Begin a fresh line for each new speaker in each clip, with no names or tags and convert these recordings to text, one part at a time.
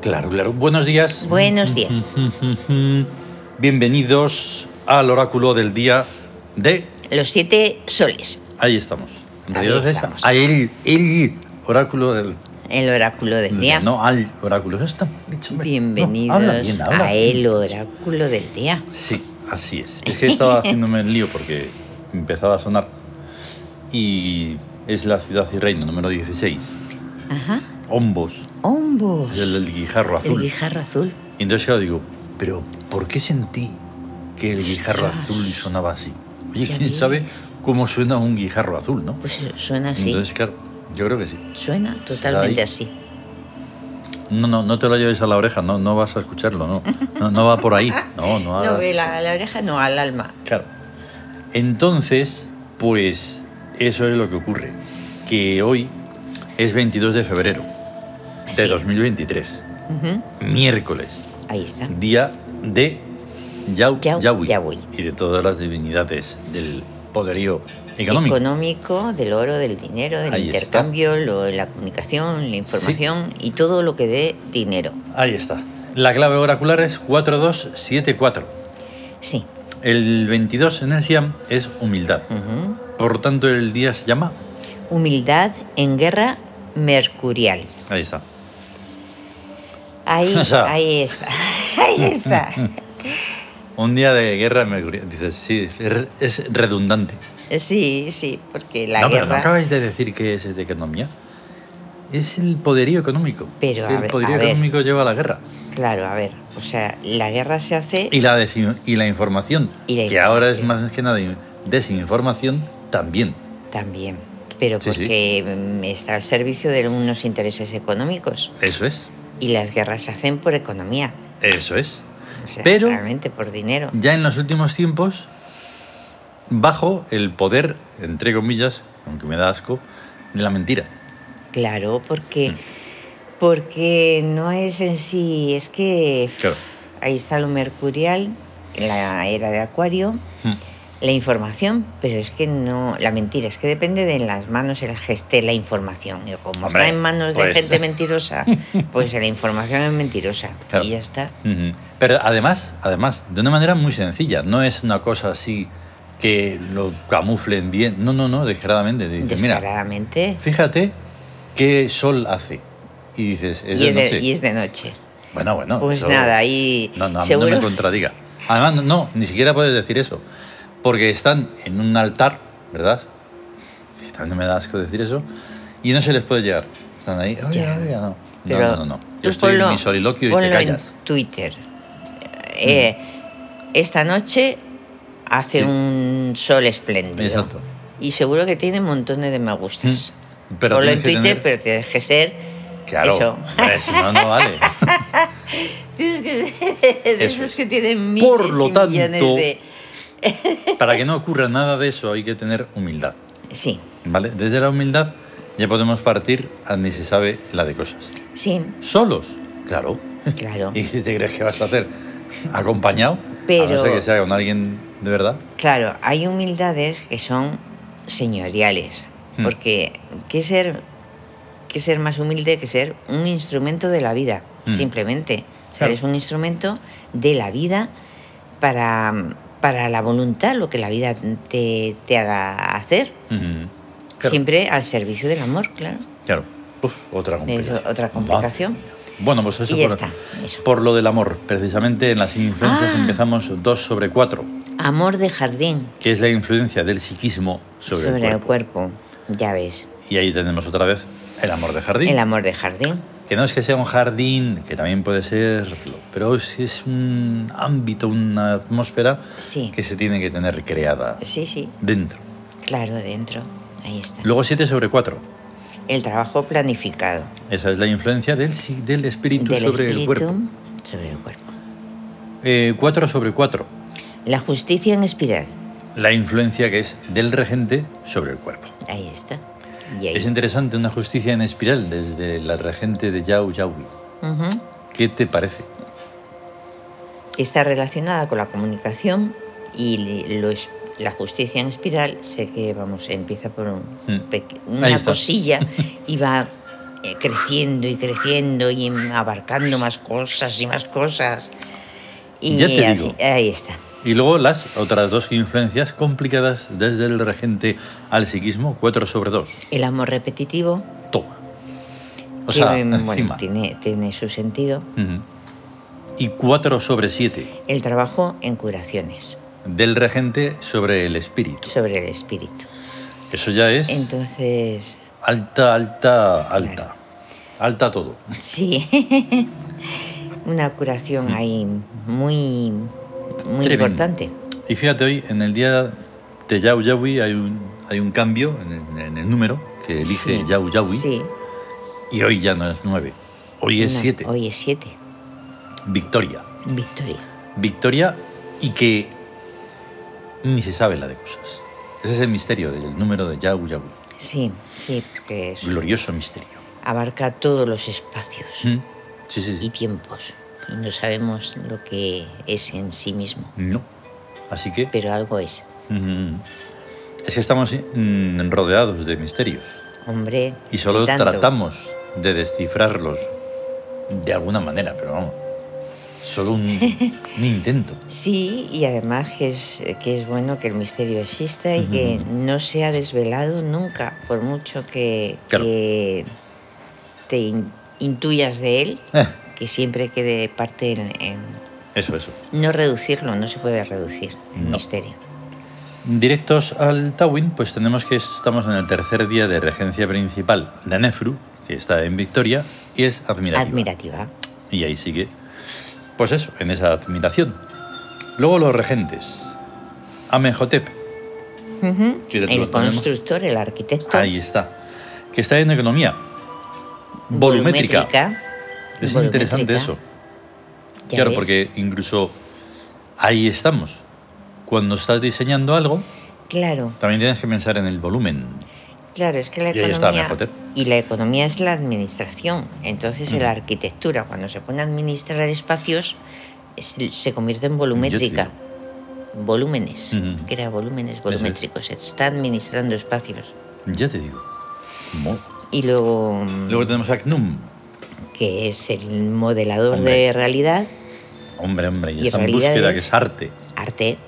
Claro, claro. Buenos días.
Buenos días.
Bienvenidos al oráculo del día de...
Los siete soles,
Ahí estamos. En
Ahí
realidad es
estamos.
a el, el oráculo del
el oráculo del día.
No, al oráculo. Eso está mal dicho, hombre. No,
Bienvenidos
habla bien, habla
a
bien.
el oráculo del día.
Sí, así es. Es que estaba haciéndome el lío porque empezaba a sonar. Y es la ciudad y reino número 16.
Ajá.
Hombos,
Hombos.
el, el guijarro
El
azul.
guijarro azul.
Y entonces yo digo, pero ¿por qué sentí que el guijarro
Ostras.
azul sonaba así? Oye,
Ya
¿quién sabe
ves.
cómo suena un guijarro azul, no?
Pues suena así.
Entonces, claro, yo creo que sí.
suena
será
totalmente
ahí.
así.
No, no, no te lo lleves a la oreja, no, no vas a escucharlo, no. No, no va por ahí. No, no
No,
hagas
ve
eso.
la, la oreja, no, al alma.
Claro. Entonces, pues eso es lo que ocurre. Que hoy es 22 de febrero de
Sí.
2023,
Ujú,
miércoles,
Ahí está.
día de Yau,
Yau-
Yahweh
Yahweh.
y de todas las divinidades del poderío económico.
Económico, del oro, del dinero, del
Ahí está.
intercambio, lo- la comunicación, la información y todo lo que dé dinero.
Ahí está. La clave oracular es 4274.
Sí.
El 22 en el Siam es humildad.
Ujú.
Por tanto, el día se llama.
Humildad en guerra mercurial.
Ahí está.
Ahí,
Esa.
ahí está. Ahí está.
Un día de guerra mercurial. Dices, sí, es- es redundante.
Sí, sí, porque la
no, pero no
guerra.
acabáis de decir que es de economía. Es el poderío económico.
Pero,
Es
a
que el
ver-
poderío
a ver.
económico lleva a la guerra.
Claro, a ver. O sea, la guerra se hace.
Y la, desin- y la información,
Y la
que ahora es
información.
más que nada in- desinformación, también.
También. Pero
Sí, sí.
porque mm, está al servicio de unos intereses económicos.
Eso es,
Y las guerras se hacen por economía.
eso es.
O sea,
Pero- Mm.
realmente por dinero.
Ya en los últimos tiempos, bajo el poder, entre comillas, aunque me da asco, de la mentira.
Claro, porque.
Mm.
Porque no es en sí. Es que.
Claro.
Ahí está lo mercurial, en la era de Acuario.
Mm.
La información, pero es que no. La mentira, es que depende de las manos el geste la información. Y como
Hombre,
está en manos
pues-
de gente mentirosa, pues la información es mentirosa.
Claro.
Y ya está.
Ujú. Pero además, además, de una manera muy sencilla, no es una cosa así que lo camuflen bien, no, no, no, descaradamente. te dicen, mira,
Descaradamente.
fíjate qué sol hace. Y dices, es
y,
de
es de-
noche.
y es de noche.
Bueno, bueno.
pues
eso-
nada, ahí.
No, no, a mí no
seguro.
me contradiga. Además, no, no, ni siquiera puedes decir eso, porque están en un altar, ¿verdad? Que También me da asco decir eso, y no se les puede llegar. Están ahí, oye,
Ya.
oye, no.
Pero
no, no, no, no.
tú
Yo estoy
ponlo-
en mi soliloquio y te
ponlo
callas. Mm.
en Twitter. Eh, Esta noche hace
Sí.
un sol espléndido.
Exacto.
Y seguro que tiene montones de me gustas.
Mm, pero
ponlo
tienes
en
que
Twitter,
tener-
pero tienes que ser.
Claro.
Eso.
hombre, si no, no vale.
Tienes que ser
Eso
de esos
es.
que tienen miles
Por lo
y millones
tanto-
de...
Para que no ocurra nada de eso hay que tener humildad,
Sí,
¿vale? Desde la humildad ya podemos partir a ni se sabe la de cosas.
sí,
Solos, claro.
claro.
¿Y qué te crees que vas a hacer? ¿Acompañado? A no
Pero-
ser que sea con alguien de verdad.
Claro, hay humildades que son señoriales.
Hmm.
Porque qué ser, qué ser más humilde que ser un instrumento de la vida,
Hmm.
simplemente. O sea,
Claro.
Eres un instrumento de la vida para, para la voluntad, lo que la vida te, te haga hacer.
Ujú. Claro,
Siempre al servicio del amor, claro.
Claro. Uf, otra complicación.
Eso, otra complicación.
Bueno, pues eso
Y ya
por,
está, eso.
por lo del amor. Precisamente en las influencias
Ah.
empezamos 2 sobre 4,
Amor de jardín
que es la influencia del psiquismo sobre,
sobre,
el cuerpo.
el, cuerpo. Ya ves,
Y ahí tenemos otra vez el amor de jardín.
el amor de jardín.
Que no es que sea un jardín, que también puede serlo, pero es, es un ámbito, una atmósfera
Sí,
que se tiene que tener creada
sí, sí,
dentro.
claro, dentro. Ahí está.
Luego 7 sobre 4.
El trabajo planificado
Esa es la influencia del, si- del espíritu
del
sobre el
espíritu
cuerpo.
sobre el cuerpo.
4 sobre 4.
La justicia en espiral.
La influencia que es del regente sobre el cuerpo.
Ahí está. Y ahí.
Es interesante una justicia en espiral desde la regente de Yao Yahui.
Ujú.
¿Qué te parece?
Está relacionada con la comunicación y le- lo es- la justicia en espiral. Sé que, vamos, empieza por un
Mm.
peque-
Ahí
una
está.
cosilla y va eh, creciendo y creciendo y em, abarcando más cosas y más cosas. Y
Ya te
así-
digo.
ahí está.
Y luego las otras dos influencias complicadas desde el regente al psiquismo, 4 sobre 2.
El amor repetitivo,
Toma. O sea,
que em, bueno,
encima.
tiene, tiene su sentido.
Ujú. Y 4 sobre 7
El trabajo en curaciones
del regente sobre el espíritu.
sobre el espíritu.
Eso ya es
Entonces,
alta, alta, alta. Alta todo.
sí, una curación ahí muy, muy
Tremendo.
importante.
Y fíjate, hoy en el día de Yau Yaui hay un, hay un cambio en el, en el número que elige
Sí,
Yau Yaui.
Sí.
Y hoy ya no es 9. Hoy es
No,
7.
Hoy es 7.
Victoria.
Victoria.
Victoria y que ni se sabe la de cosas. Ese es el misterio del número de Yau Yaui.
Sí, sí, porque es-
Glorioso misterio.
abarca todos los espacios
Mm. Sí, sí,
y
sí.
tiempos. Y no sabemos lo que es en sí mismo,
No. Así que.
pero algo es.
mm, es que estamos mm, rodeados de misterios.
Hombre,
Y solo
tanto.
tratamos de descifrarlos de alguna manera, pero vamos. Solo un, un intento.
Sí, y además que es, que es bueno que el misterio exista y que
Ujú.
no sea desvelado nunca, por mucho que,
Claro.
que te in- intuyas de él,
Eh,
que siempre quede parte en, en-
eso, eso.
No reducirlo, no se puede reducir el
No.
misterio.
Directos al Tawin, pues tenemos que estamos en el tercer día de regencia principal de Nefru, que está en Victoria, y es admirativa.
Admirativa.
Y ahí sigue, pues eso, en esa admiración. Luego los regentes. Amenhotep,
Ujú.
Sí, de hecho
El
lo tenemos.
constructor, el arquitecto.
ahí está, que está en economía. Volumétrica. Es interesante
Volumétrica.
eso.
Ya
claro,
ves.
porque incluso ahí estamos. Cuando estás diseñando algo,
Claro,
también tienes que pensar en el volumen.
claro, es que la
Y ahí está
economía...
Amenhotep.
y la economía es la administración. Entonces,
Ujú.
la arquitectura, cuando se pone a administrar espacios, es- se convierte en
Yo
volumétrica. Volúmenes,
Ujú.
crea volúmenes
es.
volumétricos. Se está administrando espacios.
Ya te digo. Mo-
Y luego, mm,
Luego tenemos a Knum.
que es el modelador
Hombre.
de realidad,
Hombre, hombre, y
Y
esta
realidades.
búsqueda que es arte,
arte,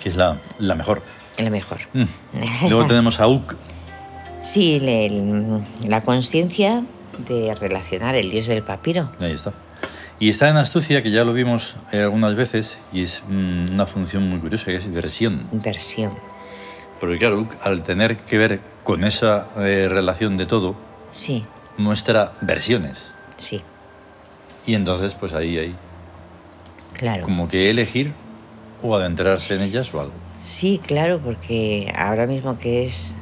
que es la, la mejor.
lo mejor.
Mm. Luego tenemos a Uk.
Sí, el- el- la conciencia de relacionar el dios del papiro.
Ahí está. Y está en astucia, que ya lo vimos eh, algunas veces, y es mm, una función muy curiosa, que es versión.
Versión.
Porque claro, Uk, al tener que ver con esa eh, relación de todo,
Sí,
muestra versiones.
sí,
Y entonces, pues ahí hay
claro.
como que elegir o adentrarse en ellas o algo.
Sí, claro, porque ahora mismo que es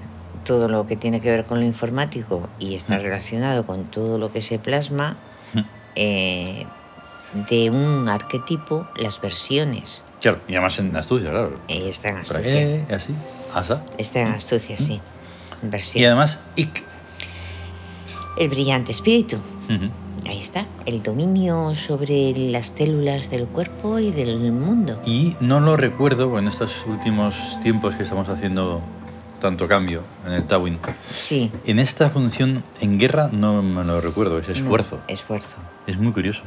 todo lo que tiene que ver con lo informático y está
Mm.
relacionado con todo lo que se plasma
Mm.
eh, de un arquetipo, las versiones
Claro, y además en astucia, claro.
eh, están
Por
astucia.
aquí, así, asa.
Está en astucia, sí.
Y
Versión.
además, ik.
El brillante espíritu.
Ujú.
Ahí está. El dominio sobre las células del cuerpo y del mundo.
Y no lo recuerdo en estos últimos tiempos que estamos haciendo tanto cambio en el Tawin.
Sí.
En esta función en guerra no me lo recuerdo, es esfuerzo.
No, esfuerzo.
Es muy curioso.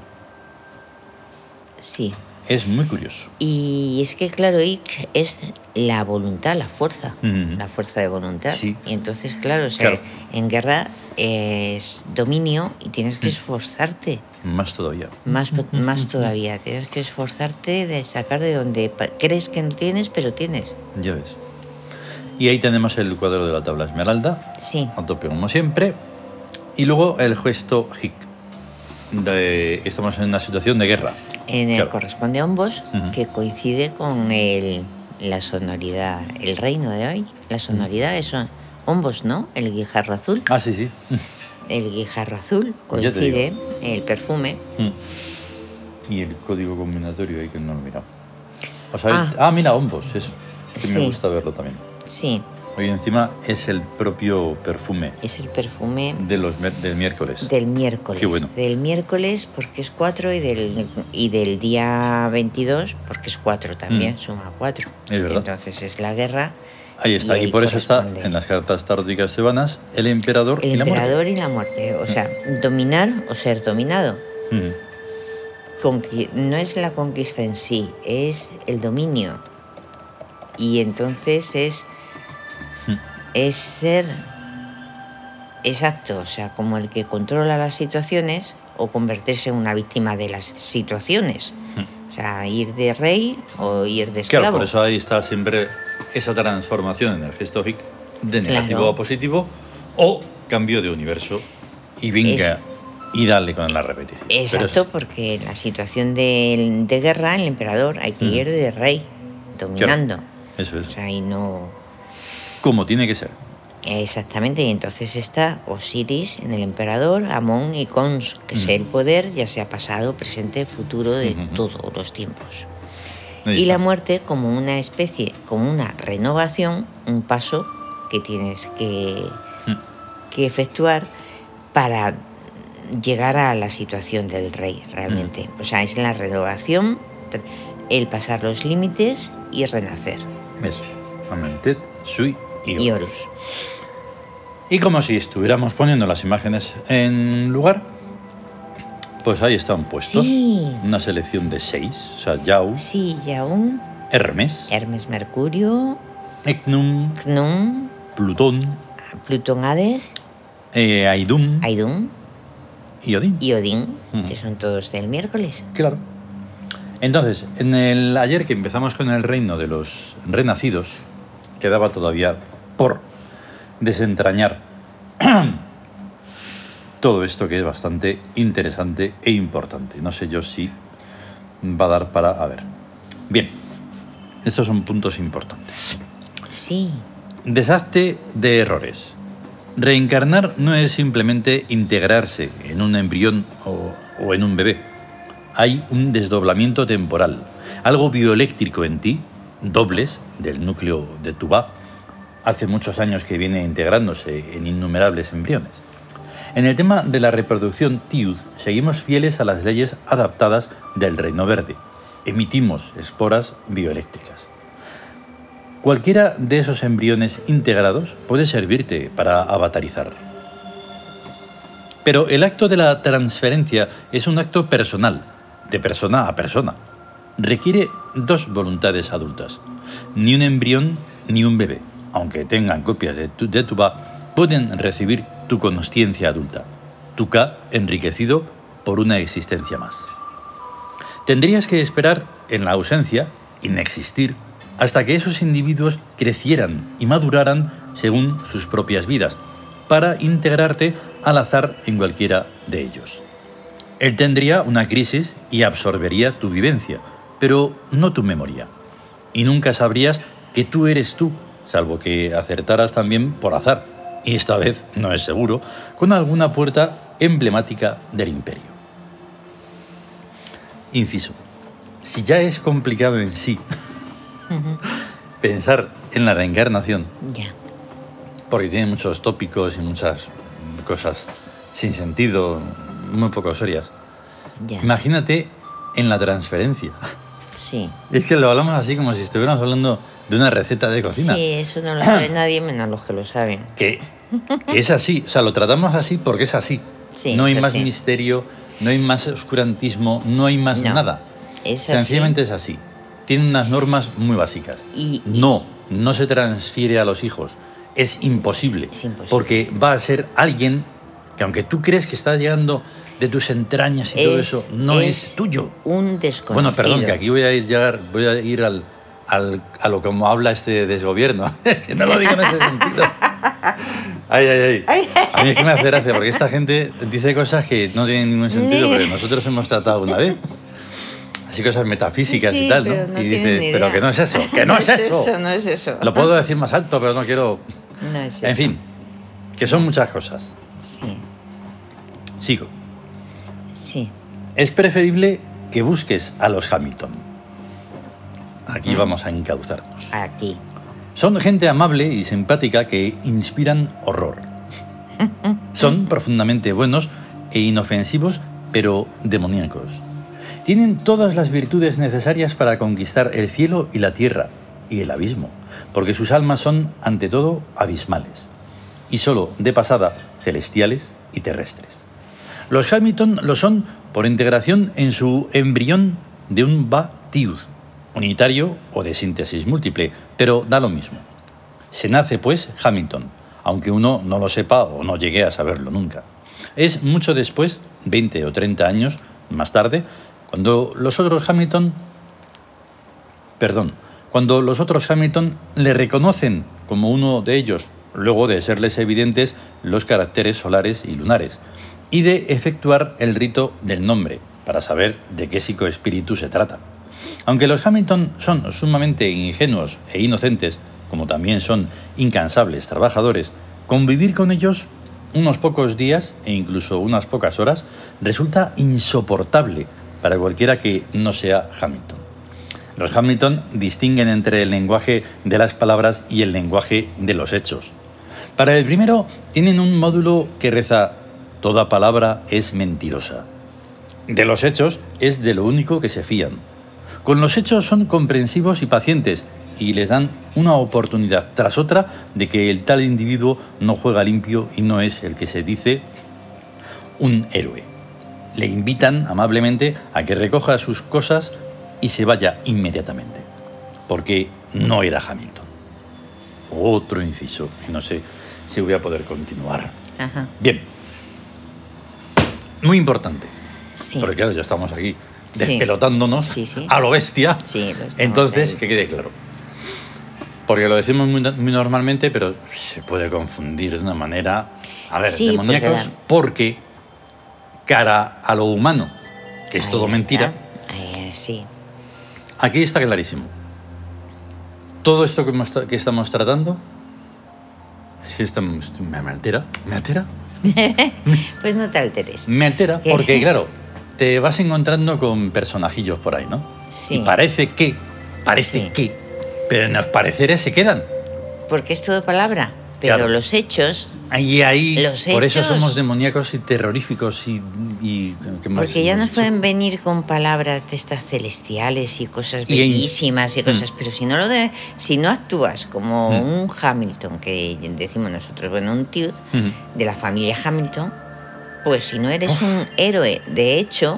Sí.
Es muy curioso.
Y es que, claro, IC es la voluntad, la fuerza,
Ujú.
la fuerza de voluntad.
Sí.
Y entonces, claro, o sea,
Claro.
en guerra es dominio y tienes que
Mm.
esforzarte
Más todavía.
más, po- más todavía. Tienes que esforzarte de sacar de donde pa- crees que no tienes, pero tienes.
Ya ves. Y ahí tenemos el cuadro de la tabla esmeralda,
Sí,
a tope como siempre. Y luego el gesto hic. De- estamos en una situación de guerra.
en el
Claro.
corresponde a hombos,
Ujú.
que coincide con el, la sonoridad, el reino de hoy. La sonoridad es son hombos, ¿no? El guijarro azul.
Ah, sí, sí.
El guijarro azul
Ya te
coincide, el perfume.
Y el código combinatorio ahí que no lo he mirado. O sea,
Ah.
ah. mira, hombos, eso. Que me
Sí.
gusta verlo también.
Sí,
Hoy encima es el propio perfume
es el perfume
de los, mer- del miércoles.
del miércoles.
Qué bueno.
Del miércoles porque es 4 y del, y del día 22 porque es 4 también,
Mm.
suma 4.
Es verdad.
Entonces es la guerra
Ahí está, y,
ahí
por eso está
corresponde.
en las cartas taróticas tebanas el emperador
El
y la muerte.
emperador y la muerte. O sea, dominar o ser dominado.
Mm.
Conqui- no es la conquista en sí, es el dominio. Y entonces es,
Mm.
es ser exacto, o sea, como el que controla las situaciones o convertirse en una víctima de las situaciones.
Mm.
O sea, ir de rey o ir de esclavo.
Claro, por eso ahí está siempre esa transformación en el gesto hic de negativo
Claro.
a positivo o cambio de universo y venga
Es-
y dale con la repetición. Pero eso
Exacto,
es-
porque en la situación de, de guerra, el emperador hay que
Mm.
ir de rey, dominando.
Eso es.
O sea, y no...
Como tiene que ser.
Exactamente, y entonces está Osiris en el emperador, Amón y Cons, que es
Ujú.
el poder, ya sea pasado, presente, futuro de
Ujú.
todos los tiempos.
Ahí
Y la
está.
muerte como una especie, como una renovación, un paso que tienes que,
Mm.
que efectuar para llegar a la situación del rey realmente.
Mm.
O sea, es la renovación, tr- el pasar los límites y renacer.
Eso. Amentet, sui y
Y
Horus.
Horus.
Y como si estuviéramos poniendo las imágenes en lugar, pues ahí están puestos.
Sí.
Una selección de seis, o sea, Yau,
Sí, y aún
Hermes,
Hermes Mercurio,
Ecnum,
Cnum,
Plutón,
Plutón Hades,
eh, Aidum
Aidún
y Odín.
y Odín,
Ujú.
que son todos del miércoles.
Claro. Entonces, en el ayer que empezamos con el reino de los renacidos, quedaba todavía por desentrañar todo esto que es bastante interesante e importante. No sé yo si va a dar para... A ver. Bien, estos son puntos importantes.
Sí,
Deshazte de errores. Reencarnar no es simplemente integrarse en un embrión o, o en un bebé. Hay un desdoblamiento temporal, algo bioeléctrico en ti, dobles del núcleo de tu va, hace muchos años que viene integrándose en innumerables embriones. En el tema de la reproducción TIUD, seguimos fieles a las leyes adaptadas del Reino Verde. Emitimos esporas bioeléctricas. Cualquiera de esos embriones integrados puede servirte para avatarizar. Pero el acto de la transferencia es un acto personal, de persona a persona. Requiere dos voluntades adultas. Ni un embrión ni un bebé, aunque tengan copias de tu, de tu va, pueden recibir tu consciencia adulta, tu K enriquecido por una existencia más. Tendrías que esperar en la ausencia, inexistir, hasta que esos individuos crecieran y maduraran según sus propias vidas, para integrarte al azar en cualquiera de ellos. Él tendría una crisis y absorbería tu vivencia, pero no tu memoria. Y nunca sabrías que tú eres tú, salvo que acertaras también por azar, y esta vez no es seguro, con alguna puerta emblemática del imperio. Inciso. Si ya es complicado en sí pensar en la reencarnación,
ya.
porque tiene muchos tópicos y muchas cosas sin sentido, muy poco serias,
Ya.
imagínate en la transferencia.
sí.
Es que lo hablamos así como si estuviéramos hablando de una receta de cocina.
Sí, eso no lo sabe nadie menos los que lo saben.
que, que es así. O sea, lo tratamos así porque es así.
Sí,
no hay
es
más
así.
misterio, no hay más oscurantismo, no hay más
No,
nada.
Es así.
Sencillamente es así. Tiene unas normas muy básicas.
Y-
No, no se transfiere a los hijos. Es imposible.
Es imposible.
Porque va a ser alguien que aunque tú crees que está llegando de tus entrañas y todo
Es-
eso, no es,
es
tuyo.
Un desconocido.
Bueno, perdón, que aquí voy a ir, llegar, voy a ir al, al- a lo como habla este desgobierno. Que no lo digo en ese sentido. Ay, ay, ay. A mí es que me hace gracia porque esta gente dice cosas que no tienen ningún sentido,
Ni-
pero nosotros hemos tratado una vez. Así cosas metafísicas
Sí,
y tal,
pero
¿no?
no
y
tienen
dices,
ni
pero
idea.
que no es eso, que no, es eso.
No es eso.
Lo puedo decir más alto, pero no quiero.
No es eso.
En fin, que son muchas cosas.
Sí,
Sigo.
sí.
Es preferible que busques a los Hamilton. Aquí vamos a encauzarnos.
Aquí.
Son gente amable y simpática que inspiran horror. Son profundamente buenos e inofensivos, pero demoníacos. Tienen todas las virtudes necesarias para conquistar el cielo y la tierra y el abismo, porque sus almas son, ante todo, abismales, y solo, de pasada, celestiales y terrestres. Los Hamilton lo son por integración en su embrión de un batiud, unitario o de síntesis múltiple, pero da lo mismo. Se nace, pues, Hamilton, aunque uno no lo sepa o no llegue a saberlo nunca. Es mucho después, 20 o 30 años más tarde, cuando los otros Hamilton... Perdón, cuando los otros Hamilton le reconocen como uno de ellos, luego de serles evidentes los caracteres solares y lunares, y de efectuar el rito del nombre, para saber de qué psicoespíritu se trata. Aunque los Hamilton son sumamente ingenuos e inocentes, como también son incansables trabajadores, convivir con ellos unos pocos días e incluso unas pocas horas resulta insoportable para cualquiera que no sea Hamilton. Los Hamilton distinguen entre el lenguaje de las palabras y el lenguaje de los hechos. Para el primero tienen un módulo que reza Toda palabra es mentirosa. De los hechos es de lo único que se fían. Con los hechos son comprensivos y pacientes y les dan una oportunidad tras otra de que el tal individuo no juega limpio y no es el que se dice un héroe. Le invitan amablemente a que recoja sus cosas y se vaya inmediatamente, porque no era Hamilton. Otro inciso, y no sé si voy a poder continuar.
Ajá.
Bien, muy importante,
Sí.
porque claro, ya estamos aquí
Sí.
despelotándonos
Sí, sí.
a lo bestia.
Sí, lo estamos
Entonces,
ahí.
que quede claro. Porque lo decimos muy, no- muy normalmente, pero se puede confundir de una manera, a ver,
Sí, porque
demoníacos,
la-
porque cara a lo humano, que es
Ahí
todo
está.
mentira,
Ahí, sí.
aquí está clarísimo. Todo esto que, hemos tra- que estamos tratando, es que estamos, me me altera, me altera,
Pues no te alteres.
me altera,
¿Qué?
porque claro, te vas encontrando con personajillos por ahí, ¿no?
Sí.
Y parece que, parece
Sí.
que, pero en los pareceres se quedan.
Porque es todo palabra. Pero
Claro.
los hechos,
Ahí, ahí.
Los
por eso
hechos.
somos demoníacos y terroríficos y. y- ¿qué más?
porque ya nos
Sí.
pueden venir con palabras de estas celestiales y cosas
Y en-
bellísimas y
Mm.
cosas, pero si no lo de, si no actúas como
Mm.
un Hamilton que decimos nosotros, bueno, un tío
Ujú,
de la familia Hamilton, pues si no eres un héroe, de hecho,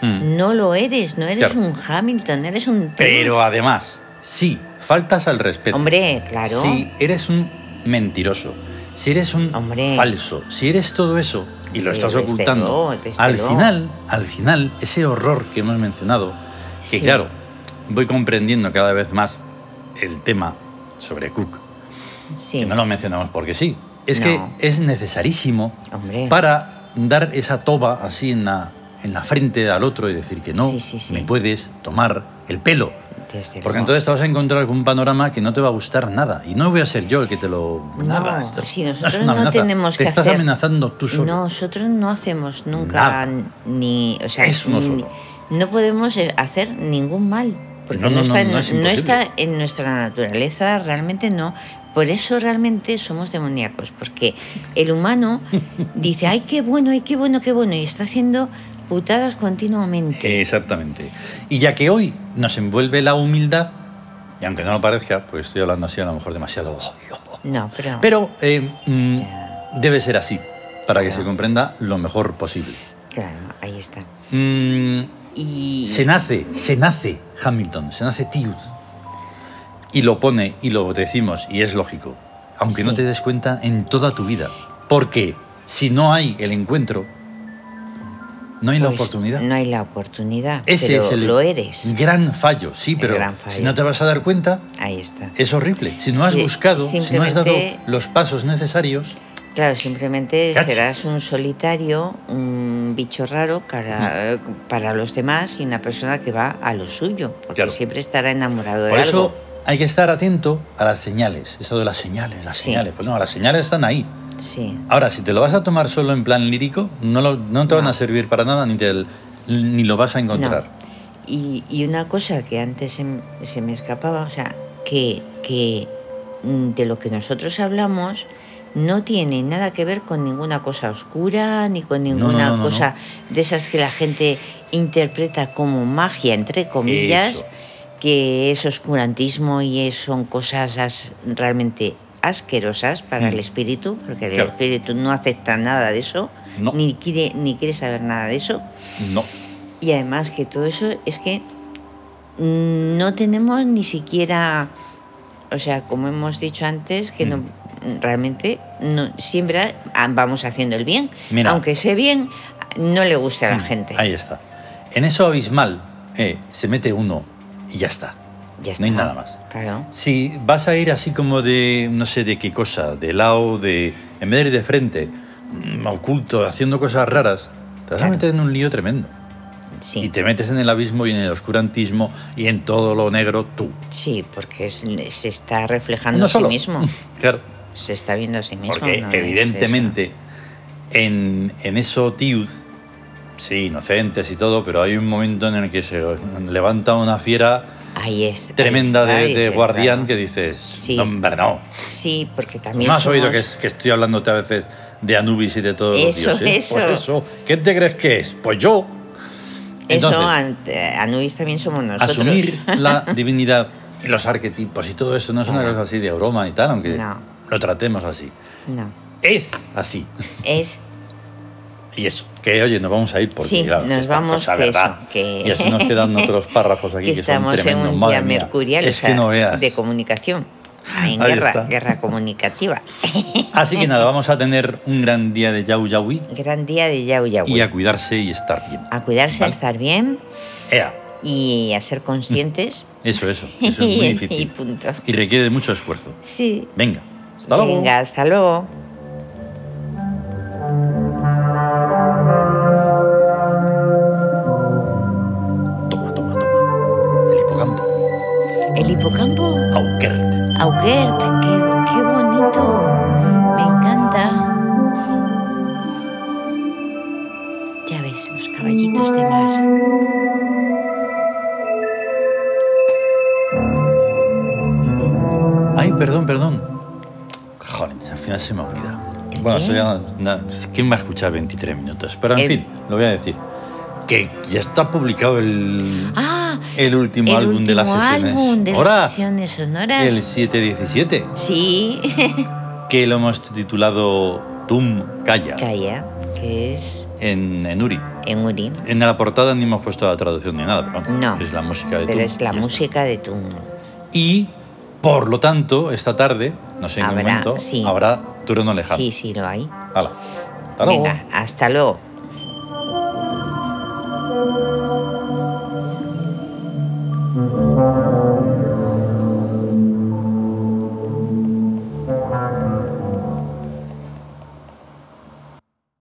ujú.
no lo eres, no eres
Hmm. Claro.
un Hamilton, eres un tío.
Pero además, sí, faltas al respeto.
hombre, claro.
Si eres un mentiroso, si eres un
Hombre.
falso, si eres todo eso y lo
Hombre,
estás
desde
ocultando,
luego, desde
al
luego.
final, al final, ese horror que hemos mencionado, que
Sí.
claro, voy comprendiendo cada vez más el tema sobre Cook,
Sí.
que no lo mencionamos porque sí, es
No.
que es necesarísimo
Hombre.
para dar esa toba así en la, en la frente al otro y decir que no,
Sí, sí, sí.
me puedes tomar el pelo.
desde
Porque
luego.
entonces te vas a encontrar con un panorama que no te va a gustar nada. Y no voy a ser yo el que te lo...
No,
nada, esto
si
no
nosotros
es una
no
amenaza.
tenemos
Te
que
estás
hacer-
amenazando tú solo.
Nosotros no hacemos nunca
Nada.
n- ni, o sea,
Eso no
ni-
solo.
no podemos eh, hacer ningún mal, porque
No,
no,
no, no,
está, en-
no es
no está
imposible.
en nuestra naturaleza, realmente no. Por eso realmente somos demoníacos, porque el humano dice, ay, qué bueno, ay, qué bueno, qué bueno, y está haciendo putadas
Eh,
continuamente.
Exactamente. Y ya que hoy nos envuelve la humildad, y aunque no lo parezca, pues estoy hablando así a lo mejor demasiado...
No, pero,
Pero eh, mm, debe ser así, para que
Claro.
se comprenda lo mejor posible.
claro, ahí está.
Mm,
Y
Se nace, se nace Hamilton, se nace Tius. Y lo pone y lo decimos, y es lógico, aunque no
Sí.
te des cuenta en toda tu vida. Porque si no hay el encuentro, no hay la
pues,
oportunidad.
No hay la oportunidad.
Ese
pero
es el Mm.
lo eres.
gran fallo, sí, pero
gran fallo.
si no te vas a dar cuenta,
Ahí está.
es horrible. Si no has
Sí,
buscado, si no has dado
simplemente-
los pasos necesarios,
Claro, simplemente
Cachis.
serás un solitario, un bicho raro para, eh, para los demás y una persona que va a lo suyo, porque
Claro.
siempre estará enamorado
Por
de
eso
algo.
hay que estar atento a las señales. Eso de las señales, las
Sí.
señales. Pues no, las señales están ahí.
Sí,
Ahora, si te lo vas a tomar solo en plan lírico, no, lo- no te van
No.
a servir para nada ni, te- ni lo vas a encontrar.
no. Y, y una cosa que antes se, m- se me escapaba, o sea, que, que mm, de lo que nosotros hablamos no tiene nada que ver con ninguna cosa oscura ni con
no,
ninguna
no, no,
cosa de esas que la gente interpreta como magia, entre comillas.
Eso.
que es oscurantismo y es- son cosas as- realmente asquerosas para
Mm.
el espíritu, porque el
Claro.
espíritu no acepta nada de eso,
No.
ni, quiere, ni quiere saber nada de eso.
No.
Y además que todo eso es que mm, no tenemos ni siquiera, o sea, como hemos dicho antes, que no
Mm.
realmente no, siempre ah, vamos haciendo el bien.
Mira.
Aunque ese bien no le guste a la
Mm,
gente.
Ahí está. En eso abismal eh, se mete uno y ya está.
Ya
No hay
está.
nada más.
Claro.
Si vas a ir así como de no sé de qué cosa, de lado, de en vez de ir de frente, mm, oculto, haciendo cosas raras, te vas
Claro.
a meter en un lío tremendo.
Sí.
Y te metes en el abismo y en el oscurantismo y en todo lo negro tú.
Sí, porque es- se está reflejando
Uno
a sí
solo.
mismo.
Claro.
Se está viendo a sí mismo.
Porque
no es
evidentemente en, en eso Tiud, sí, inocentes y todo, pero hay un momento en el que se levanta una fiera
eso. Ahí es. ahí
tremenda
está,
de,
y
de
dices,
guardián
claro.
que dices,
Sí.
no, hombre, no.
Sí, porque también.
No has oído
somos-
que, es- que estoy hablándote a veces de Anubis y de todos los
Eso,
dioses. Pues
eso.
eso. ¿Qué te crees que es? Pues yo. Entonces,
eso, ante- Anubis también somos nosotros.
asumir la divinidad y los arquetipos y todo eso no es una
Claro.
cosa así de broma y tal, aunque
No.
lo tratemos así.
No.
Es así.
Es
Y eso, que oye, nos vamos a ir porque
Sí,
claro, que
nos
esta
vamos,
cosa,
que
¿verdad?
eso, que-
Y así nos quedan otros párrafos aquí
que
que, son
estamos en
tremendos.
un
Madre
día
mía,
mercurial, o
es
sea,
que no veas.
de comunicación. En
Ahí
guerra,
está.
guerra comunicativa.
Así que nada, vamos a tener un gran día de Yau Yaui
Gran día de Yau Yau. Ah.
y a Ah. cuidarse y estar bien.
A cuidarse, a
Vale.
estar bien
Ea,
y a ser conscientes.
eso, eso. Eso es muy
y
difícil.
punto.
Y requiere de mucho esfuerzo.
Sí.
Venga, hasta luego.
Venga, hasta luego.
Toma, toma, toma. El hipocampo.
El hipocampo,
Aukerte.
Augert, qué, qué bonito. Me encanta. Ya ves, los caballitos de mar.
Ay, perdón, perdón. Joder, al final se me olvida.
¿El
Bueno,
qué?
eso ya, na- ¿quién va a escuchar 23 minutos? Pero en
El-
fin, lo voy a decir. Que ya está publicado el,
Ah,
el último
el
álbum de las
último
sesiones.
álbum de
Ahora,
las sesiones sonoras.
el 717,
Sí,
que lo hemos titulado Tum Calla
Calla, que es
en, en Uri.
en Uri,
En la portada ni hemos puesto la traducción ni nada, pero
No,
es la música de
pero
Tum,
es la
y ya está.
música de Tum.
Y por lo tanto, esta tarde, no sé en qué
Habrá-
momento,
sí.
habrá Turno Lejano.
Sí, sí, lo hay.
Hala. Hasta luego.
Venga, hasta luego.